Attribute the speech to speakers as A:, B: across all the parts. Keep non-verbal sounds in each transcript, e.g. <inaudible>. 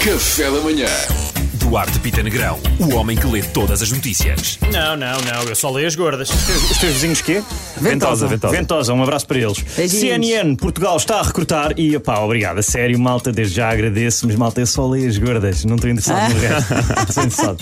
A: Café da manhã.
B: Duarte Pita Negrão, o homem que lê todas as notícias.
C: Não, não, não, eu só leio as gordas.
D: Os teus vizinhos quê?
B: Ventosa, ventosa.
C: Ventosa, um abraço para eles.
E: Beijinhos.
C: CNN Portugal está a recrutar e, opá, obrigado. A sério, malta, desde já agradeço, mas malta, eu só leio as gordas. Não estou interessado
D: <laughs>
C: no resto. Não estou interessado.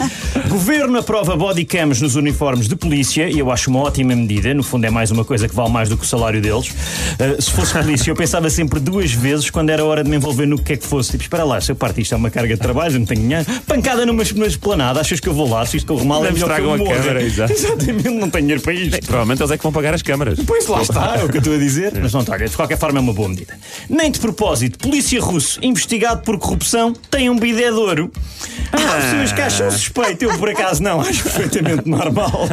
C: Governo aprova bodycams nos uniformes de polícia e eu acho uma ótima medida. No fundo, é mais uma coisa que vale mais do que o salário deles. Uh, se fosse polícia, eu pensava sempre duas vezes quando era hora de me envolver no que é que fosse. Tipo, espera lá, se eu parto isto é uma carga de trabalho, eu não tenho dinheiro. Pancada numa, numa esplanada, achas que eu vou lá? Se isto corre mal, é
B: Ainda me
C: melhor que
B: estragam
C: eu
B: a
C: morra.
B: câmara, exato.
C: Exatamente, não tenho dinheiro para isto.
B: Provavelmente eles é que vão pagar as câmaras.
C: Pois lá está, é o que eu estou a dizer. Mas não, olha, de qualquer forma é uma boa medida. Nem de propósito, polícia russo investigado por corrupção tem um bidé de ouro.
B: Ah.
C: Há pessoas que acham suspeito, eu por acaso não, acho
B: <laughs>
C: perfeitamente normal.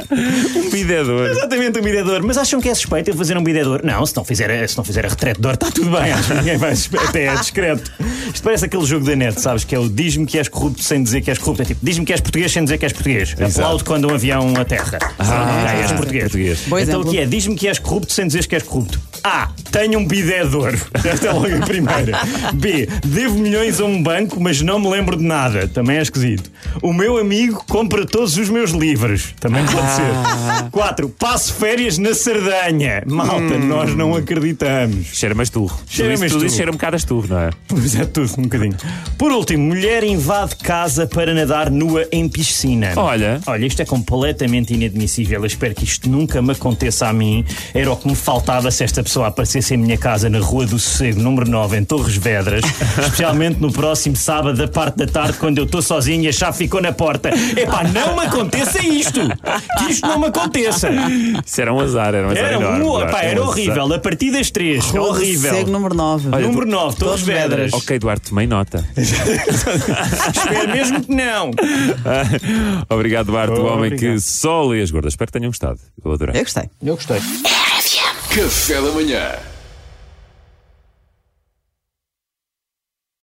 B: Um bidedor.
C: Exatamente, um bidé de ouro. Mas acham que é suspeito eu fazer um bidé de ouro? Não, se não fizer, se não fizer a retrete de ouro, está tudo bem. Acho que ninguém vai suspe- Até é discreto. Isto parece aquele jogo da net, sabes? Que é o diz-me que és corrupto sem dizer que és corrupto. É tipo, diz-me que és português sem dizer que és português. Aplaude quando um avião aterra. Ah, Já és português.
B: português.
E: Bom
C: então
E: exemplo.
C: o que é? Diz-me que és corrupto sem dizeres que és corrupto. A. Tenho um bidé de ouro. <laughs> Esta é logo a primeira. B. Devo milhões a um banco, mas não me lembro de nada. Também é esquisito. O meu amigo compra todos os meus livros. Também pode ser. 4. Passo férias na Sardanha. Malta, nós não acreditamos.
B: Cheira mais turro.
C: Cheira mais
B: Tudo isso- tudo isso
C: turro.
B: Cheira um bocado a esturro, não é?
C: Pois é, tudo, um bocadinho. Por último, mulher invade casa para nadar nua em piscina.
B: Olha.
C: Olha, isto é completamente inadmissível. Eu espero que isto nunca me aconteça a mim. Era o que me faltava se esta pessoa aparecesse em minha casa na Rua do Sossego, número 9, em Torres Vedras. Especialmente no próximo sábado, da parte da tarde, quando eu estou sozinho e a chave ficou na porta. Epá, não me aconteça isto! Que isto não me aconteça!
B: Isso era um azar, era um azar.
C: Era,
B: enorme,
C: um,
B: Duarte,
C: epá,
B: um
C: era
B: azar.
C: horrível. A partir das 3,
E: Rua do Sossego,
C: horrível.
E: número 9.
B: Olha,
C: Número 9, Torres
E: Torres
C: Vedras.
E: Vedras.
B: Ok, Duarte, tomei
C: <laughs>
B: nota.
C: Espero mesmo que não.
B: Obrigado, Duarte, o homem
C: Obrigado.
B: que só lê as gordas. Espero que tenham gostado. Eu adorei.
E: Eu gostei.
A: Café da manhã.